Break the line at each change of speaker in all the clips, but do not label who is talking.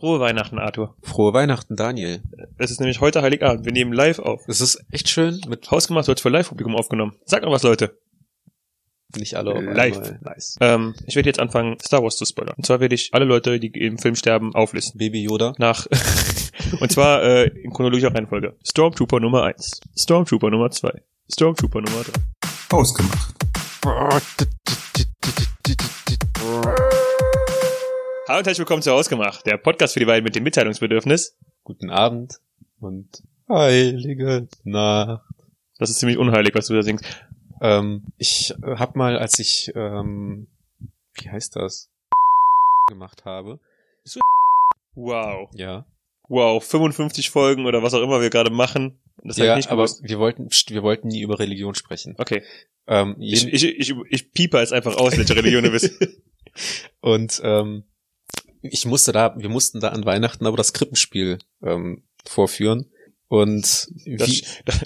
Frohe Weihnachten, Arthur.
Frohe Weihnachten, Daniel.
Es ist nämlich heute Heiligabend. Wir nehmen live auf.
Es ist echt schön mit
Hausgemacht wird für Live-Publikum aufgenommen. Sag noch was, Leute.
nicht alle auf
Live.
einmal. Nice.
Ähm, ich werde jetzt anfangen, Star Wars zu spoilern. Und zwar werde ich alle Leute, die im Film sterben, auflisten.
Baby Yoda.
Nach. Und zwar äh, in chronologischer Reihenfolge. Stormtrooper Nummer 1. Stormtrooper Nummer 2. Stormtrooper Nummer 3.
Ausgemacht.
Ah, Hallo und herzlich willkommen zu Hausgemacht, der Podcast für die beiden mit dem Mitteilungsbedürfnis.
Guten Abend und heilige Nacht.
Das ist ziemlich unheilig, was du da singst.
Ähm, ich äh, hab mal, als ich, ähm, wie heißt das? gemacht habe.
Wow.
Ja.
Wow, 55 Folgen oder was auch immer wir gerade machen. Das hab
ja,
ich nicht
aber
gewusst.
wir wollten, pst, wir wollten nie über Religion sprechen.
Okay.
Ähm,
Ich,
jeden,
ich, ich, ich piepe jetzt einfach aus, welche Religion du bist.
und ähm, ich musste da, wir mussten da an Weihnachten aber das Krippenspiel ähm, vorführen. Und
Das,
wie,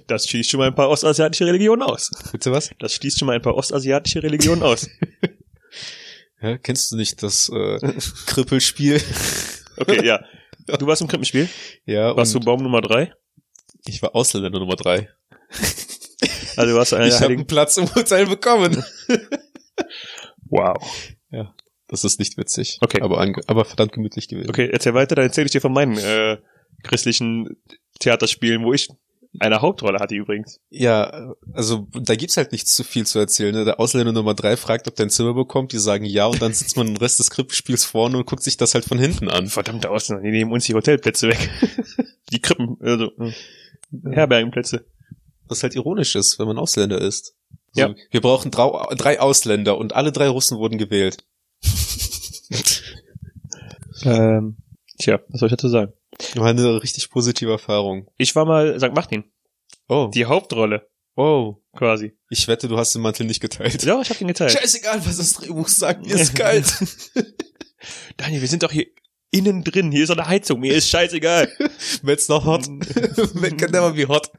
das schließt schon mal ein paar ostasiatische Religionen aus.
bitte was?
Das schließt schon mal ein paar ostasiatische Religionen aus.
Hä, kennst du nicht das äh, Krippelspiel?
Okay, ja. Du warst im Krippenspiel?
ja,
Warst du
und
Baum Nummer drei?
ich war Ausländer Nummer drei.
Also warst du einer
ich
der
habe
heiligen...
einen Platz im Hotel bekommen.
Wow.
Das ist nicht witzig.
Okay.
Aber, ange aber verdammt gemütlich gewesen.
Okay, erzähl weiter, dann erzähl ich dir von meinen äh, christlichen Theaterspielen, wo ich eine Hauptrolle hatte übrigens.
Ja, also da gibt's halt nicht zu viel zu erzählen. Ne? Der Ausländer Nummer drei fragt, ob der ein Zimmer bekommt. Die sagen ja und dann sitzt man den Rest des Krippenspiels vorne und guckt sich das halt von hinten an.
Verdammte Ausländer, die nehmen uns die Hotelplätze weg. Die Krippen, also äh, Herbergenplätze.
Was halt ironisch ist, wenn man Ausländer ist. So,
Ja.
Wir brauchen drau- drei Ausländer und alle drei Russen wurden gewählt.
Ähm, tja, was soll ich dazu sagen?
War eine richtig positive Erfahrung.
Ich war mal St. Martin,
Oh,
die Hauptrolle
oh.
quasi.
Ich wette, du hast den Mantel nicht geteilt.
Ja, ich hab den geteilt.
Scheißegal, was das Drehbuch sagt,
mir ist kalt. Daniel, wir sind doch hier innen drin. Hier ist eine Heizung. Mir ist scheißegal.
Wenn's noch hot, wenn kann der mal wie hot.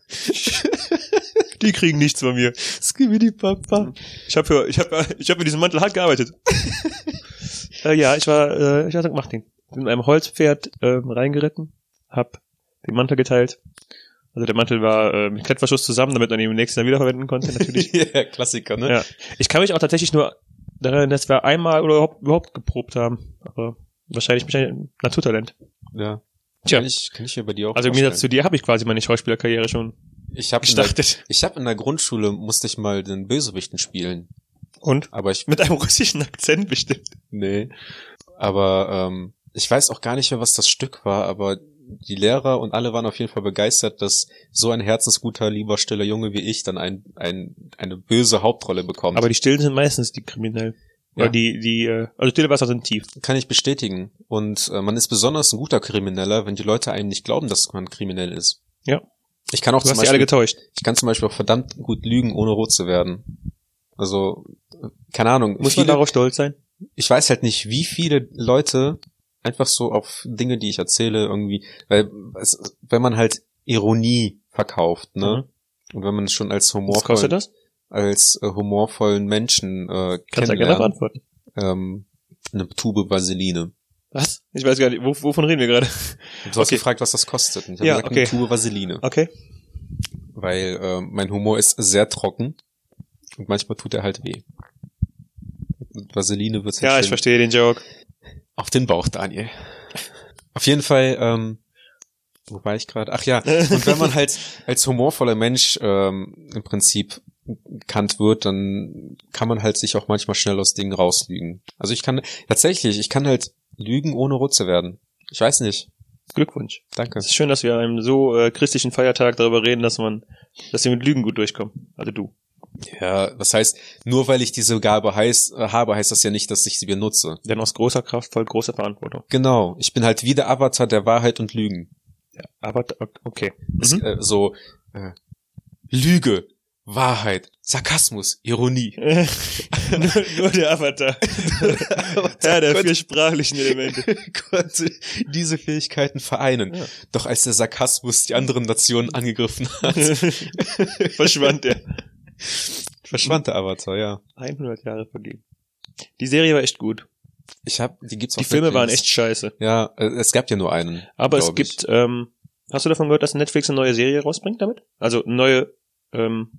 Die kriegen nichts von mir.
Skibidi Papa.
Ich habe für, ich hab, ich hab für diesen Mantel hart gearbeitet. äh, ja, ich war, äh, ich war St. Martin. Bin mit einem Holzpferd ähm, reingeritten, hab den Mantel geteilt. Also der Mantel war äh, mit Klettverschluss zusammen, damit man ihn im nächsten Jahr wiederverwenden konnte, natürlich.
ja, Klassiker, ne?
Ja. Ich kann mich auch tatsächlich nur daran erinnern, dass wir einmal oder überhaupt, überhaupt geprobt haben. Aber wahrscheinlich bin ich ein Naturtalent.
Ja.
Tja.
Kann ich, kann ich mir bei dir auch
Also im
vorstellen.
Gegensatz zu dir habe ich quasi meine Schauspielerkarriere schon
Ich habe in, der-
gestartet.
ich hab in der Grundschule musste ich mal den Bösewichten spielen,
Und?
aber ich
Mit einem russischen Akzent bestimmt.
nee, aber ähm, ich weiß auch gar nicht mehr, was das Stück war, aber die Lehrer und alle waren auf jeden Fall begeistert, dass so ein herzensguter, lieber, stiller Junge wie ich dann ein, ein, eine böse Hauptrolle bekommt.
Aber die Stillen sind meistens die Kriminellen.
Ja.
Oder die, die, äh, also stille Wasser sind tief.
Kann ich bestätigen. Und äh, man ist besonders ein guter Krimineller, wenn die Leute einem nicht glauben, dass man kriminell ist.
Ja.
Ich kann auch
Du
zum
hast sie alle
Beispiel,
getäuscht.
ich kann zum Beispiel auch verdammt gut lügen, ohne rot zu werden. Also, äh, keine Ahnung.
Muss man
viele,
darauf stolz sein?
ich weiß halt nicht, wie viele Leute einfach so auf Dinge, die ich erzähle, irgendwie, weil es, wenn man halt Ironie verkauft, ne? Und wenn man es schon als
Mhm. Was kostet
humorvollen,
das?
als äh, humorvollen Menschen äh,
Kannst du ja gerne
kennenlernt,
beantworten.
ähm, eine Tube Vaseline.
Was? Ich weiß gar nicht, wo, wovon reden wir gerade?
Und Du hast
Okay.
gefragt, was das kostet. Und ich habe
Ja,
gesagt,
okay.
eine Tube Vaseline.
Okay.
Weil äh, mein Humor ist sehr trocken und manchmal tut er halt weh. Mit Vaseline wird's halt
Ja, ich
schön-
verstehe den Joke.
Auf den Bauch, Daniel. Auf jeden Fall, ähm, wo war ich gerade? Ach ja, und wenn man halt als humorvoller Mensch ähm, im Prinzip bekannt wird, dann kann man halt sich auch manchmal schnell aus Dingen rauslügen. Also ich kann tatsächlich, ich kann halt lügen, ohne rot zu werden. Ich weiß nicht.
Glückwunsch.
Danke.
Es ist schön, dass wir an einem so äh, christlichen Feiertag darüber reden, dass man, dass wir mit Lügen gut durchkommen. Also du.
Ja, das heißt, nur weil ich diese Gabe heiß, äh, habe, heißt das ja nicht, dass ich sie benutze.
Denn aus großer Kraft folgt große Verantwortung.
Genau, ich bin halt wie der Avatar der Wahrheit und Lügen.
Aber d- okay.
Es,
Mhm.
äh, so äh, Lüge, Wahrheit, Sarkasmus, Ironie.
nur, nur der Avatar. ja, der vier sprachlichen Elemente.
konnte diese Fähigkeiten vereinen.
Ja.
Doch als der Sarkasmus die anderen Nationen angegriffen hat,
Verschwand er.
verschwand der Avatar, ja.
100 Jahre vergeben. Die Serie war echt gut.
Ich habe, die gibt's
Die
auf
Filme waren
Netflix.
echt scheiße.
Ja, äh, es gab ja nur einen.
Aber es
glaub
gibt, ähm, hast du davon gehört, dass Netflix eine neue Serie rausbringt damit? Also neue ähm,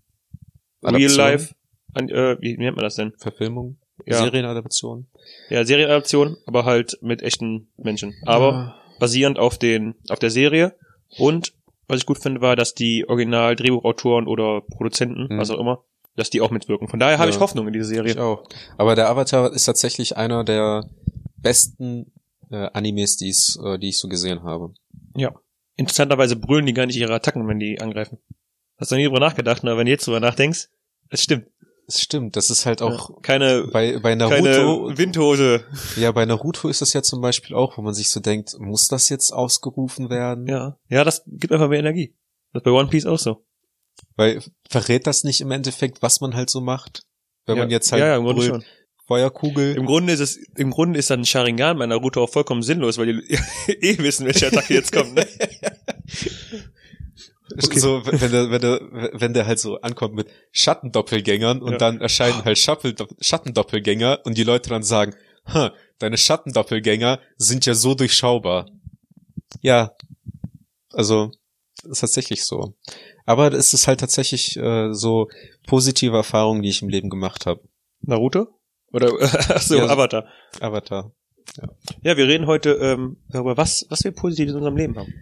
ich.
Real
Adaption,
Life, an, äh, wie nennt man das denn?
Verfilmung,
Ja.
Serienadaption.
Ja, Serienadaption, aber halt mit echten Menschen. Aber
Ah.
basierend auf den, auf der Serie. Und was ich gut finde, war, dass die Original-Drehbuchautoren oder Produzenten,
Mhm.
was auch immer, dass die auch mitwirken. Von daher habe
Ja.
ich Hoffnung in diese Serie.
Ich auch. Aber der Avatar ist tatsächlich einer der besten äh, Animes, die es, äh, die ich so gesehen habe.
Interessanterweise brüllen die gar nicht ihre Attacken, wenn die angreifen. Hast du nie drüber nachgedacht, ne? Wenn du jetzt drüber nachdenkst, es stimmt.
Das stimmt, das ist halt auch
keine,
bei, bei Naruto.
keine Windhose.
Ja, bei Naruto ist das ja zum Beispiel auch, wo man sich so denkt, muss das jetzt ausgerufen werden?
Ja. Ja, das gibt einfach mehr Energie. Das ist bei One Piece auch so.
Weil verrät das nicht im Endeffekt, was man halt so macht? Wenn
ja.
man jetzt halt
ja, ja, im Grunde
brüllt,
schon.
Feuerkugel.
Im Grunde ist es, im Grunde ist dann Sharingan bei Naruto auch vollkommen sinnlos, weil die eh wissen, welche Attacke jetzt kommt, ne? Okay.
So, wenn der, wenn der, wenn der halt so ankommt mit Schattendoppelgängern und
Ja.
dann erscheinen halt Schappeldo- Schattendoppelgänger und die Leute dann sagen, "Hm, deine Schattendoppelgänger sind ja so durchschaubar. Ja. Also, ist tatsächlich so. Aber es ist halt tatsächlich äh, so positive Erfahrungen, die ich im Leben gemacht habe.
Naruto? Oder, ach so,
Ja, so-
Avatar.
Avatar.
Ja, wir reden heute ähm, darüber, was, was wir Positives in unserem Leben haben.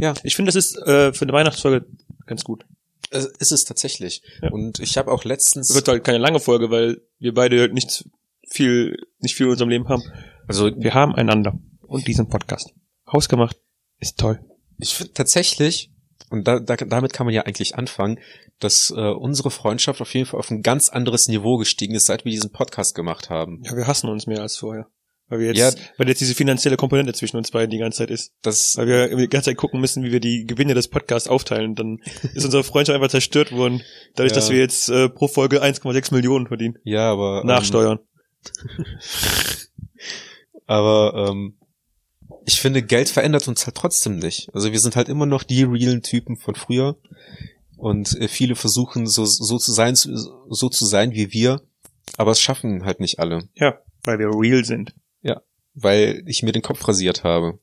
Ja.
Ich finde, das ist äh, für eine Weihnachtsfolge ganz gut.
Es Äh, ist es tatsächlich.
Ja.
Und ich habe auch letztens.
Es wird halt keine lange Folge, weil wir beide halt nicht viel, nicht viel in unserem Leben haben.
also
Wir haben einander und diesen Podcast. Hausgemacht ist toll.
Ich finde tatsächlich, und da, da, damit kann man ja eigentlich anfangen, dass äh, unsere Freundschaft auf jeden Fall auf ein ganz anderes Niveau gestiegen ist, seit wir diesen Podcast gemacht haben.
Ja, wir hassen uns mehr als vorher. Weil wir jetzt,
Ja.
weil jetzt diese finanzielle Komponente zwischen uns beiden die ganze Zeit ist.
Das,
Weil wir die ganze Zeit gucken müssen, wie wir die Gewinne des Podcasts aufteilen. Dann ist unsere Freundschaft einfach zerstört worden, dadurch,
Ja.
dass wir jetzt äh, pro Folge 1,6 Millionen verdienen.
ja, aber
Nachsteuern.
Ähm, aber ähm, ich finde, Geld verändert uns halt trotzdem nicht. Also wir sind halt immer noch die realen Typen von früher und äh, viele versuchen so, so zu sein, so zu sein wie wir, aber es schaffen halt nicht alle,
Ja, weil wir real sind.
weil ich mir den Kopf rasiert habe.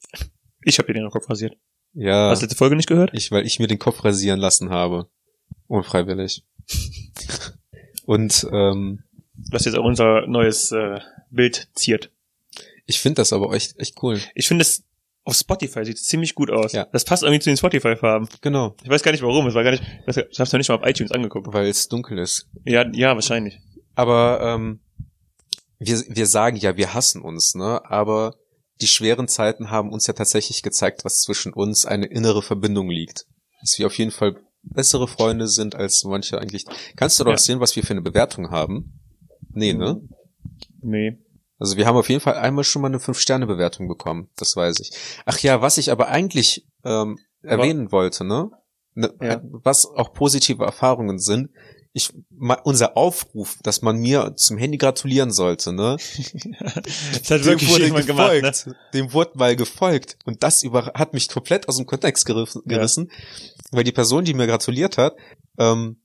Ich habe dir den Kopf rasiert.
Ja.
Hast du letzte Folge nicht gehört?
Ich, weil ich mir den Kopf rasieren lassen habe. Unfreiwillig. Und ähm,
Was jetzt auch unser neues äh, Bild ziert.
ich finde das aber echt, echt cool.
Ich finde es auf Spotify sieht es ziemlich gut aus.
Ja.
Das passt irgendwie zu den Spotify-Farben.
Genau,
Ich weiß gar nicht warum. Es war gar nicht. Ich weiß- ich hab's noch nicht mal auf iTunes angeguckt.
weil es dunkel ist.
Ja, ja, wahrscheinlich.
Aber ähm, wir, wir sagen ja, wir hassen uns, ne? Aber die schweren Zeiten haben uns ja tatsächlich gezeigt, was zwischen uns eine innere Verbindung liegt. Dass wir auf jeden Fall bessere Freunde sind, als manche eigentlich. Kannst du doch
Ja.
sehen, was wir für eine Bewertung haben? Nee, ne?
Nee.
Also wir haben auf jeden Fall einmal schon mal eine Fünf-Sterne-Bewertung bekommen, das weiß ich. Ach ja, was ich aber eigentlich ähm, erwähnen wollte, ne? ne
Ja.
Was auch positive Erfahrungen sind. Ich, ma, unser Aufruf, dass man mir zum Handy gratulieren sollte, ne?
Das hat wirklich jemand gemacht. Ne?
gefolgt. Dem wurde mal gefolgt. Und das über, hat mich komplett aus dem Kontext gerissen,
Ja.
gerissen weil die Person, die mir gratuliert hat, ähm,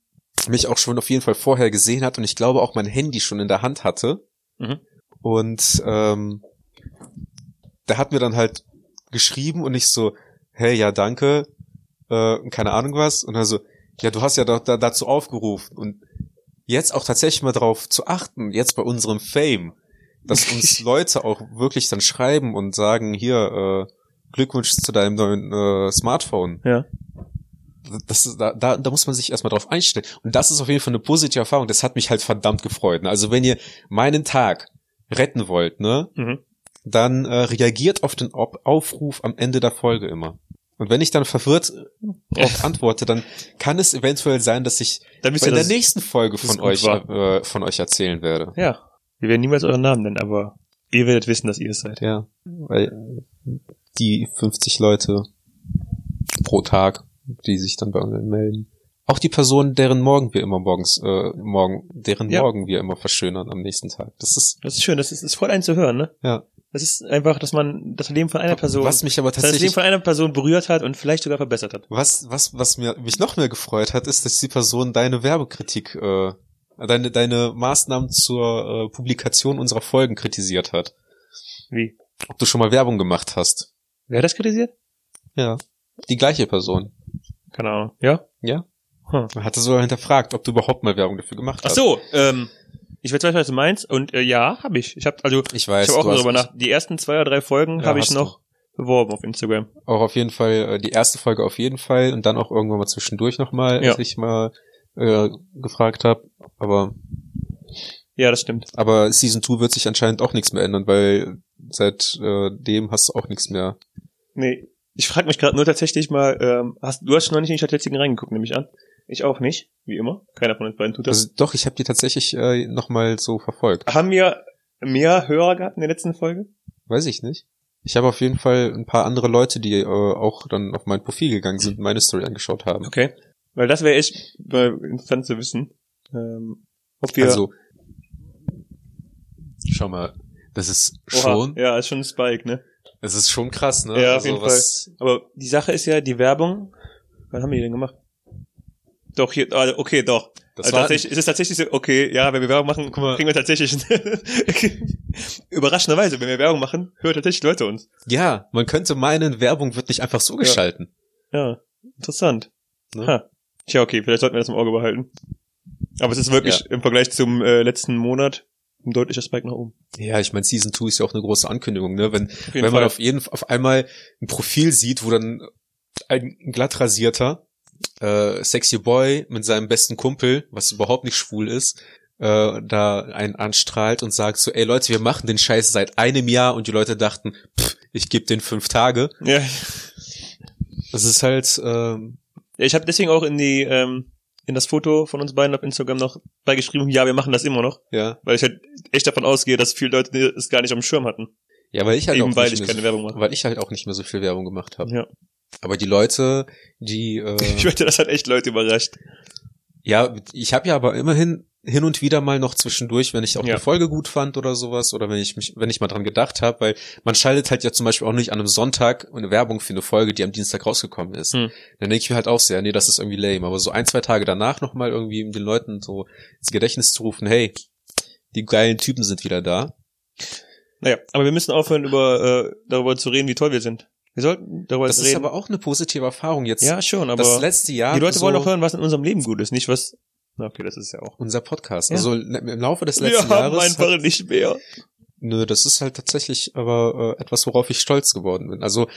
mich auch schon auf jeden Fall vorher gesehen hat und ich glaube auch mein Handy schon in der Hand hatte.
Mhm.
Und ähm, da hat mir dann halt geschrieben und ich so, hey, ja, danke, äh, keine Ahnung was. Und er so, ja, du hast ja da, da, dazu aufgerufen. Und jetzt auch tatsächlich mal drauf zu achten, jetzt bei unserem Fame, dass uns Leute auch wirklich dann schreiben und sagen, hier, äh, Glückwunsch zu deinem neuen äh, Smartphone.
Ja.
Das ist, da, da, da muss man sich erstmal drauf einstellen. Und das ist auf jeden Fall eine positive Erfahrung. Das hat mich halt verdammt gefreut. Ne? Also wenn ihr meinen Tag retten wollt, ne,
Mhm.
dann äh, reagiert auf den Op Aufruf am Ende der Folge immer. Und wenn ich dann verwirrt darauf antworte, dann kann es eventuell sein, dass ich
Dann wisst
in
ihr
der
das. Nicht?
nächsten Folge
das
von
gut
euch,
war.
äh, von euch erzählen werde.
Ja. Wir werden niemals euren Namen nennen, aber ihr werdet wissen, dass ihr es seid.
Ja, weil die 50 Leute pro Tag, die sich dann bei uns melden. Auch die Personen, deren Morgen wir immer morgens, äh, morgen, deren
Ja.
Morgen wir immer verschönern am nächsten Tag. Das ist,
Das ist schön. Das ist, ist voll einen zu hören, ne?
ja.
Das ist einfach, dass man das Leben von einer Person,
was mich aber
dass das Leben
tatsächlich,
von einer Person berührt hat und vielleicht sogar verbessert hat.
was, was, was mir, mich noch mehr gefreut hat, ist, dass die Person deine Werbekritik, äh, deine, deine Maßnahmen zur äh, Publikation unserer Folgen kritisiert hat.
Wie?
ob du schon mal Werbung gemacht hast.
Wer hat das kritisiert?
Ja. Die gleiche Person.
Keine Ahnung. Ja?
Ja.
Hm.
Man hatte sogar hinterfragt, ob du überhaupt mal Werbung dafür gemacht
Ach
hast.
so, ähm, ich weiß, was du meinst und äh, ja, habe ich. Ich habe also
Ich weiß,
ich habe auch
du
noch
hast
darüber nach. Die ersten zwei oder drei Folgen
Ja,
habe ich
hast
noch beworben auf Instagram.
auch auf jeden Fall äh, die erste Folge auf jeden Fall und dann auch irgendwann mal zwischendurch nochmal,
Ja.
als ich mal äh, gefragt habe. Aber,
Ja, das stimmt.
aber Season 2 wird sich anscheinend auch nichts mehr ändern, weil seitdem äh, dem hast du auch nichts mehr.
Nee, ich frage mich gerade nur tatsächlich mal, ähm, hast du hast noch nicht in die Statistiken reingeguckt, nehme ich an. Ich auch nicht, wie immer. Keiner von uns beiden tut das.
Also doch, ich habe die tatsächlich äh, nochmal so verfolgt.
Haben wir mehr Hörer gehabt in der letzten Folge?
Weiß ich nicht. Ich habe auf jeden Fall ein paar andere Leute, die äh, auch dann auf mein Profil gegangen sind und meine Story angeschaut haben.
Okay. Weil das wäre echt äh, interessant zu wissen. Ähm, ob wir
Also, schau mal, das ist
Oha,
schon,
Ja, ist schon ein Spike, ne?
das ist schon krass, ne?
Ja, auf
also,
jeden
was,
Aber die Sache ist ja, die Werbung. Wann haben die denn gemacht? Doch, hier, ah, okay, doch.
Das
also
war-
tatsächlich, ist es tatsächlich so, okay, ja, wenn wir Werbung machen,
Guck mal.
kriegen wir tatsächlich. Überraschenderweise, wenn wir Werbung machen, hören tatsächlich Leute uns.
Ja, man könnte meinen, Werbung wird nicht einfach so geschalten.
Ja, interessant.
Ne?
Ha. Tja, okay, vielleicht sollten wir das im Auge behalten. Aber es ist wirklich im Vergleich zum äh, letzten Monat ein deutlicher Spike nach oben.
Ja, ich meine, Season 2 ist ja auch eine große Ankündigung, ne? Wenn,
Auf
wenn man auf jeden auf einmal ein Profil sieht, wo dann ein glatt rasierter, äh, sexy Boy mit seinem besten Kumpel, was überhaupt nicht schwul ist, äh, da einen anstrahlt und sagt so, ey Leute, wir machen den Scheiß seit einem Jahr und die Leute dachten, pff, ich gebe den fünf Tage.
ja.
Das ist halt, ähm,
Ich habe deswegen auch in die ähm, in das Foto von uns beiden auf Instagram noch beigeschrieben, ja, wir machen das immer noch,
ja.
weil ich halt echt davon ausgehe, dass viele Leute es gar nicht am Schirm hatten,
Ja, weil ich halt
eben
auch
weil
nicht
ich
mehr
keine
so,
Werbung mache.
weil ich halt auch nicht mehr so viel Werbung gemacht habe.
Ja.
Aber die Leute, die äh,
Ich wette, das hat echt Leute überrascht.
Ja, ich habe ja aber immerhin hin und wieder mal noch zwischendurch, wenn ich auch
Ja.
eine Folge gut fand oder sowas, oder wenn ich mich, wenn ich mal dran gedacht habe, weil man schaltet halt ja zum Beispiel auch nicht an einem Sonntag eine Werbung für eine Folge, die am Dienstag rausgekommen ist.
Hm.
Dann denke ich mir halt auch sehr, nee, das ist irgendwie lame. Aber so ein, zwei Tage danach nochmal irgendwie um den Leuten so ins Gedächtnis zu rufen, hey, die geilen Typen sind wieder da.
Naja, aber wir müssen aufhören, über äh, darüber zu reden, wie toll wir sind. Wir sollten darüber
Das ist
reden.
aber auch eine positive Erfahrung jetzt.
ja, schon, aber
das letzte Jahr.
die Leute
so
wollen auch hören, was in unserem Leben gut ist, nicht was. Na okay, das ist ja auch.
unser Podcast.
Ja.
Also im Laufe des
Wir
letzten
haben
Jahres hat-
einfach nicht mehr.
Nö, das ist halt tatsächlich aber äh, etwas, worauf ich stolz geworden bin. Also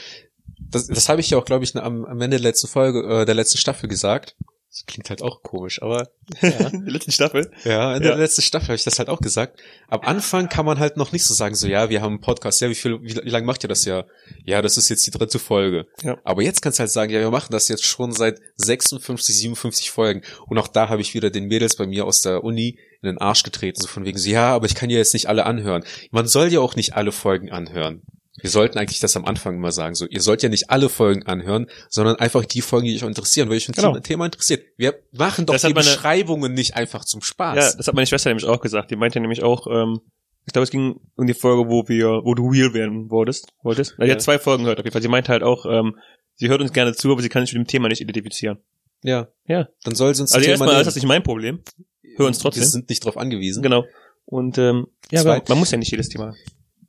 das, das habe ich ja auch, glaube ich, am, am Ende der letzten Folge, äh, der letzten Staffel gesagt. Das klingt halt auch komisch, aber ja,
Die letzte Staffel.
ja in
Ja.
der letzten Staffel habe ich das halt auch gesagt. Am Anfang kann man halt noch nicht so sagen, so ja, wir haben einen Podcast, ja, wie viel, wie, wie lange macht ihr das ja? Ja, das ist jetzt die dritte Folge.
Ja.
Aber jetzt kannst du halt sagen, ja, wir machen das jetzt schon seit 56, 57 Folgen. Und auch da habe ich wieder den Mädels bei mir aus der Uni in den Arsch getreten, so von wegen so, ja, aber ich kann ja jetzt nicht alle anhören. Man soll ja auch nicht alle Folgen anhören. Wir sollten eigentlich das am Anfang immer sagen, so, ihr sollt ja nicht alle Folgen anhören, sondern einfach die Folgen, die euch interessieren, weil euch ein
Genau.
Thema interessiert. Wir machen doch
Das hat
die
meine-
Beschreibungen nicht einfach zum Spaß.
Ja, das hat meine Schwester nämlich auch gesagt. Die meinte nämlich auch, ähm, ich glaube, es ging um die Folge, wo wir, wo du real werden wolltest, wolltest. Na, die
Ja.
hat zwei Folgen gehört, auf jeden Fall. Sie meinte halt auch, ähm, sie hört uns gerne zu, aber sie kann sich mit dem Thema nicht identifizieren.
Ja.
Ja.
Dann soll sie uns
Also
das Thema
erstmal ist
nehmen.
das nicht mein Problem. hören uns trotzdem.
Wir sind nicht drauf angewiesen.
Genau. Und ähm, ja,
Zwei-
genau. man muss ja nicht jedes Thema.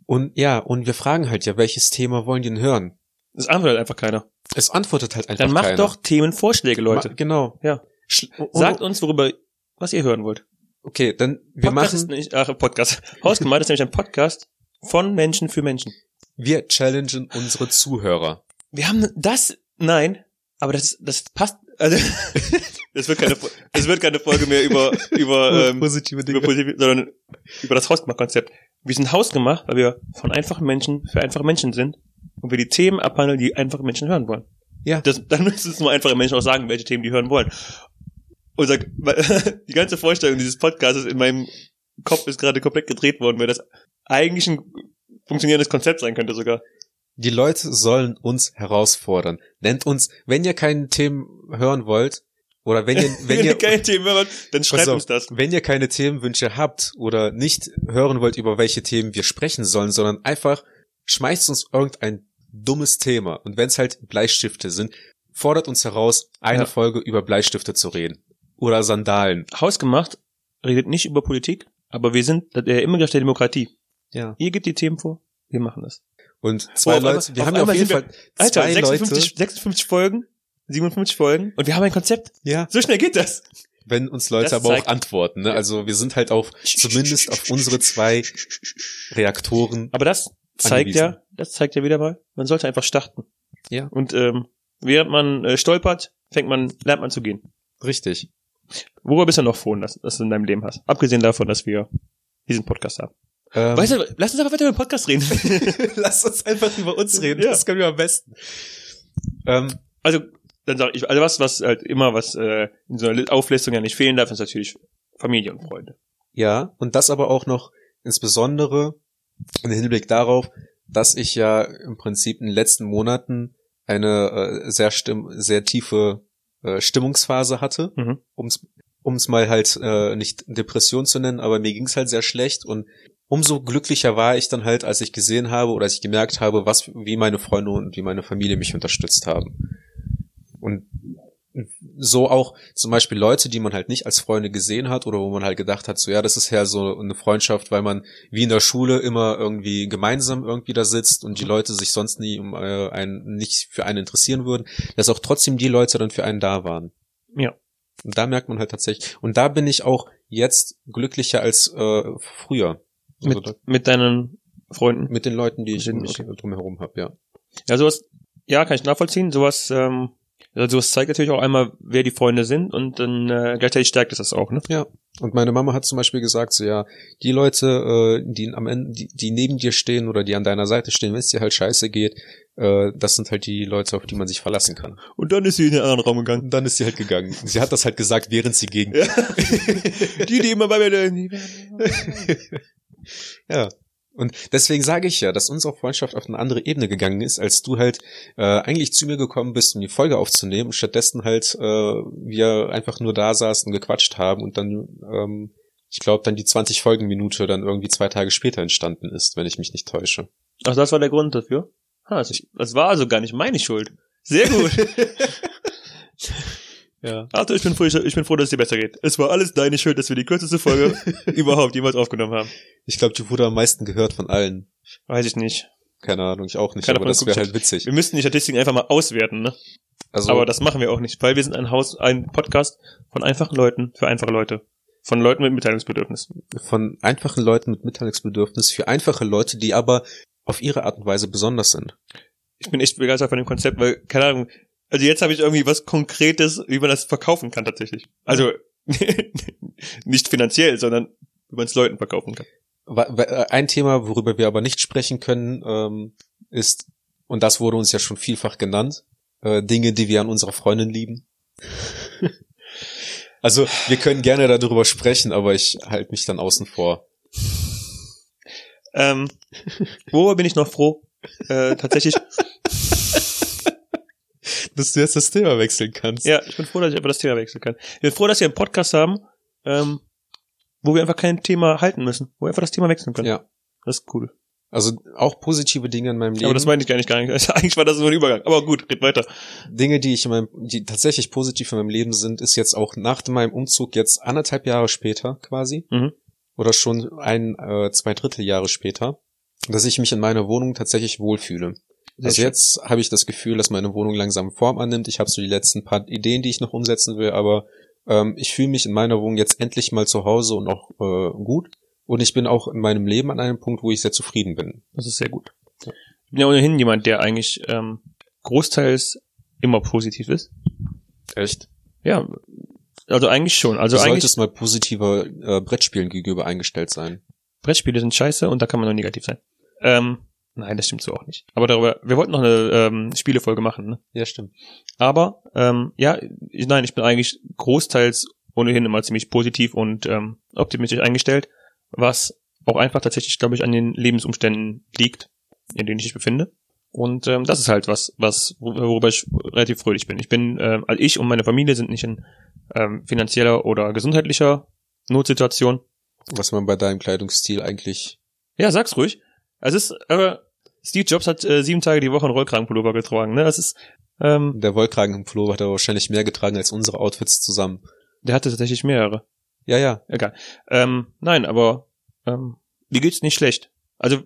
Und ja, und wir fragen halt ja, welches Thema wollen die denn hören?
Das antwortet einfach keiner.
Es antwortet halt einfach
Dann macht
keiner.
doch Themenvorschläge, Leute.
Ma genau.
Ja.
Schl-
Sagt uns, worüber, was ihr hören wollt.
okay, dann wir
Podcast ist
machen,
nicht, ach, Podcast. Hausgemalt ist nämlich ein Podcast von Menschen für Menschen.
wir challengen unsere Zuhörer.
Wir haben das, nein, aber das, das passt, also, es wird keine, Fo- es wird keine Folge mehr über, über, ähm,
positive
über positive, sondern über das Hausgemacht-Konzept. Wir sind hausgemacht, weil wir von einfachen Menschen für einfache Menschen sind und wir die Themen abhandeln, die einfache Menschen hören wollen.
Ja.
Das, dann müssen es nur einfache Menschen auch sagen, welche Themen die hören wollen. Und sag, die ganze Vorstellung dieses Podcasts in meinem Kopf ist gerade komplett gedreht worden, weil das eigentlich ein funktionierendes Konzept sein könnte sogar.
Die Leute sollen uns herausfordern. Nennt uns, wenn ihr keine Themen hören wollt, oder wenn ihr, wenn ihr,
keine Themen hören, dann schreibt
Pass auf,
uns das.
Wenn ihr keine Themenwünsche habt oder nicht hören wollt, über welche Themen wir sprechen sollen, sondern einfach schmeißt uns irgendein dummes Thema. Und wenn es halt Bleistifte sind, fordert uns heraus, eine
Ja.
Folge über Bleistifte zu reden. Oder Sandalen.
Hausgemacht redet nicht über Politik, aber wir sind der Immergerecht der Demokratie.
Ja.
Ihr gebt die Themen vor, Wir machen das.
Und zwei
Oh, auf
Leute,
einmal-
wir
auf
haben ja auf
einmal
jeden
sind wir-
Fall
Alter,
zwei
56,
Leute.
56 Folgen, 57 Folgen und wir haben ein Konzept.
Ja,
So schnell geht das.
wenn uns Leute
Das
aber auch
zeigt-
antworten. Ne? Also wir sind halt auch zumindest auf unsere zwei Reaktoren.
Aber das zeigt
Angewiesen.
ja, das zeigt ja wieder mal, man sollte einfach starten.
Ja.
Und ähm, während man äh, stolpert, fängt man, lernt man zu gehen.
Richtig.
Worüber bist du noch froh, dass, dass du in deinem Leben hast? Abgesehen davon, dass wir diesen Podcast haben.
Ähm,
weißt du, lass uns einfach weiter über den Podcast reden.
Lass uns einfach über uns reden.
Ja.
Das können wir am besten. Ähm,
also, dann sag ich, also was, was halt immer, was äh, in so einer Auflistung ja nicht fehlen darf, ist natürlich Familie und Freunde.
ja, und das aber auch noch insbesondere im Hinblick darauf, dass ich ja im Prinzip in den letzten Monaten eine äh, sehr stimm sehr tiefe äh, Stimmungsphase hatte,
Mhm.
ums um's mal halt äh, nicht Depression zu nennen, aber mir ging's halt sehr schlecht und umso glücklicher war ich dann halt, als ich gesehen habe oder als ich gemerkt habe, was wie meine Freunde und wie meine Familie mich unterstützt haben. Und so auch zum Beispiel Leute, die man halt nicht als Freunde gesehen hat oder wo man halt gedacht hat, so ja, das ist ja so eine Freundschaft, weil man wie in der Schule immer irgendwie gemeinsam irgendwie da sitzt
Mhm.
und die Leute sich sonst nie um äh, einen nicht für einen interessieren würden, dass auch trotzdem die Leute dann für einen da waren.
Ja.
Und da merkt man halt tatsächlich. Und da bin ich auch jetzt glücklicher als äh, früher. Also da,
Mit, mit deinen Freunden.
mit den Leuten, die ich
Mit
um
den-
mich drumherum habe, ja.
Ja, sowas, ja, kann ich nachvollziehen. Sowas, ähm, also sowas zeigt natürlich auch einmal, wer die Freunde sind und dann äh, gleichzeitig stärkt es das auch, ne?
Und meine Mama hat zum Beispiel gesagt, so ja, die Leute, äh, die am Ende, die, die neben dir stehen oder die an deiner Seite stehen, wenn es dir halt scheiße geht, äh, das sind halt die Leute, auf die man sich verlassen kann.
Und dann ist sie in den anderen Raum gegangen.
Und dann ist sie halt gegangen. Sie hat das halt gesagt, während sie ging.
Ja. die, die immer bei mir sind.
ja. Und deswegen sage ich ja, dass unsere Freundschaft auf eine andere Ebene gegangen ist, als du halt äh, eigentlich zu mir gekommen bist, um die Folge aufzunehmen und stattdessen halt äh, wir einfach nur da saßen und gequatscht haben und dann, ähm, ich glaube, dann die 20 Folgenminute dann irgendwie zwei Tage später entstanden ist, wenn ich mich nicht täusche.
Ach, das war der Grund dafür? Ha, das, das war also gar nicht meine Schuld. Sehr gut.
Ja.
Arthur, ich bin, froh, ich, ich bin froh, dass es dir besser geht. Es war alles deine Schuld, dass wir die kürzeste Folge überhaupt jemals aufgenommen haben.
Ich glaube, die wurde am meisten gehört von allen.
Weiß ich nicht.
Keine Ahnung, ich auch nicht,
Keiner
aber
von uns
das wäre
guckt.
halt witzig.
Wir müssten die Statistiken einfach mal auswerten, ne?
Also,
Aber das machen wir auch nicht, weil wir sind ein Haus, ein Podcast von einfachen Leuten für einfache Leute. Von Leuten mit Mitteilungsbedürfnis.
von einfachen Leuten mit Mitteilungsbedürfnis für einfache Leute, die aber auf ihre Art und Weise besonders sind.
Ich bin echt begeistert von dem Konzept, weil, keine Ahnung, also jetzt habe ich irgendwie was Konkretes, wie man das verkaufen kann tatsächlich. Also nicht finanziell, sondern wie man es Leuten verkaufen kann.
Wa- wa- äh, Ein Thema, worüber wir aber nicht sprechen können, ähm, ist, und das wurde uns ja schon vielfach genannt, äh, Dinge, die wir an unserer Freundin lieben. also, wir können gerne darüber sprechen, aber ich halte mich dann außen vor.
Ähm, worüber bin ich noch froh? Äh, tatsächlich,
Dass du jetzt das Thema wechseln kannst.
ja, ich bin froh, dass ich einfach das Thema wechseln kann. Ich bin froh, dass wir einen Podcast haben, ähm, wo wir einfach kein Thema halten müssen, wo wir einfach das Thema wechseln können.
Ja.
Das ist cool.
Also auch positive Dinge in meinem Leben.
Aber das meinte ich gar nicht, gar nicht. Eigentlich war das nur ein Übergang. Aber gut, red weiter.
Dinge, die ich in meinem, die tatsächlich positiv in meinem Leben sind, ist jetzt auch nach meinem Umzug jetzt anderthalb Jahre später quasi
Mhm.
oder schon ein, äh, zwei Drittel Jahre später, dass ich mich in meiner Wohnung tatsächlich wohlfühle.
Sehr
also
schön.
jetzt habe ich das Gefühl, dass meine Wohnung langsam Form annimmt. Ich habe so die letzten paar Ideen, die ich noch umsetzen will, aber ähm, ich fühle mich in meiner Wohnung jetzt endlich mal zu Hause und auch äh, gut. Und ich bin auch in meinem Leben an einem Punkt, wo ich sehr zufrieden bin.
Das ist sehr gut. Ich bin ja ohnehin jemand, der eigentlich ähm, großteils immer positiv ist.
Echt?
Ja, also eigentlich schon. Also
Du
eigentlich
solltest mal positiver äh, Brettspielen gegenüber eingestellt sein.
Brettspiele sind scheiße und da kann man nur negativ sein. Ähm, nein, das stimmt so auch nicht. Aber darüber, wir wollten noch eine ähm, Spielefolge machen. Ne?
Ja, stimmt.
Aber ähm, ja, ich, nein, ich bin eigentlich großteils ohnehin immer ziemlich positiv und ähm, optimistisch eingestellt, was auch einfach tatsächlich, glaube ich, an den Lebensumständen liegt, in denen ich mich befinde. Und ähm, das ist halt was, was wor- worüber ich relativ fröhlich bin. Ich bin, ähm, also ich und meine Familie sind nicht in ähm, finanzieller oder gesundheitlicher Notsituation.
was man bei deinem Kleidungsstil eigentlich.
Ja, sag's ruhig. Es ist, aber Steve Jobs hat äh, sieben Tage die Woche einen Rollkragenpullover getragen. Ne, das ist ähm,
Der Wollkragen im Pullover hat aber wahrscheinlich mehr getragen als unsere Outfits zusammen.
der hatte tatsächlich mehrere.
Ja, ja.
Ähm, nein, aber ähm, mir geht's nicht schlecht. Also